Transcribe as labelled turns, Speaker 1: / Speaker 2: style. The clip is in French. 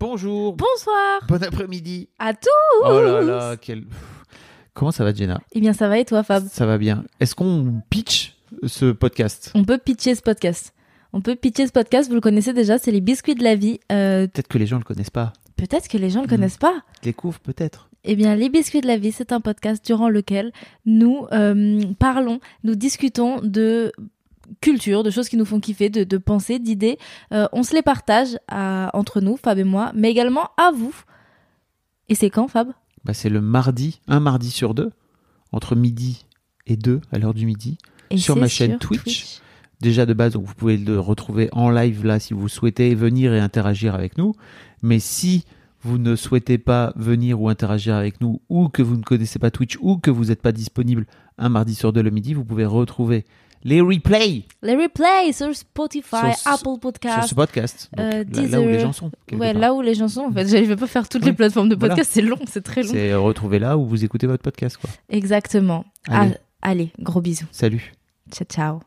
Speaker 1: Bonjour,
Speaker 2: Bonsoir
Speaker 1: bon après-midi.
Speaker 2: à tous
Speaker 1: Oh là là, quel... Comment ça va Jenna
Speaker 2: Eh bien, ça va et toi, Fab
Speaker 1: Ça va bien. Est-ce qu'on pitch ce podcast
Speaker 2: On peut pitcher ce podcast. On peut pitcher ce podcast, vous le connaissez déjà, c'est les biscuits de la vie. Euh,
Speaker 1: Peut-être que les gens ne le connaissent pas.
Speaker 2: peut-être que les gens ne le
Speaker 1: Mm.
Speaker 2: connaissent pas.
Speaker 1: Ils découvrent peut-être.
Speaker 2: Eh bien, les biscuits de la vie, c'est un podcast durant lequel nous euh, parlons, nous discutons de culture, de choses qui nous font kiffer, de, de pensées, d'idées. Euh, on se les partage à- entre nous, Fab et moi, mais également à vous. Et c'est quand, Fab
Speaker 1: Bah, c'est le mardi, un mardi sur deux, entre midi et deux, à l'heure du midi.
Speaker 2: Et
Speaker 1: Sur
Speaker 2: c'est
Speaker 1: ma chaîne Twitch. Déjà de base, donc vous pouvez le retrouver en live là si vous souhaitez venir et interagir avec nous. Mais si vous ne souhaitez pas venir ou interagir avec nous, ou que vous ne connaissez pas Twitch, ou que vous n'êtes pas disponible un mardi sur deux le midi, vous pouvez retrouver les replays
Speaker 2: Les replays sur Spotify,
Speaker 1: Sur-
Speaker 2: Apple Podcast,
Speaker 1: sur ce podcast. Donc,
Speaker 2: euh,
Speaker 1: là, là où les
Speaker 2: Deezer.
Speaker 1: gens sont. quelque
Speaker 2: Ouais,
Speaker 1: part.
Speaker 2: là où les gens sont, en fait. Je vais pas faire toutes
Speaker 1: Oui,
Speaker 2: les plateformes de
Speaker 1: voilà.
Speaker 2: podcast, c'est long, c'est très long.
Speaker 1: C'est retrouver là où vous écoutez votre podcast. Quoi.
Speaker 2: Exactement.
Speaker 1: Allez,
Speaker 2: Ah, allez, gros bisous.
Speaker 1: salut.
Speaker 2: Ciao, ciao.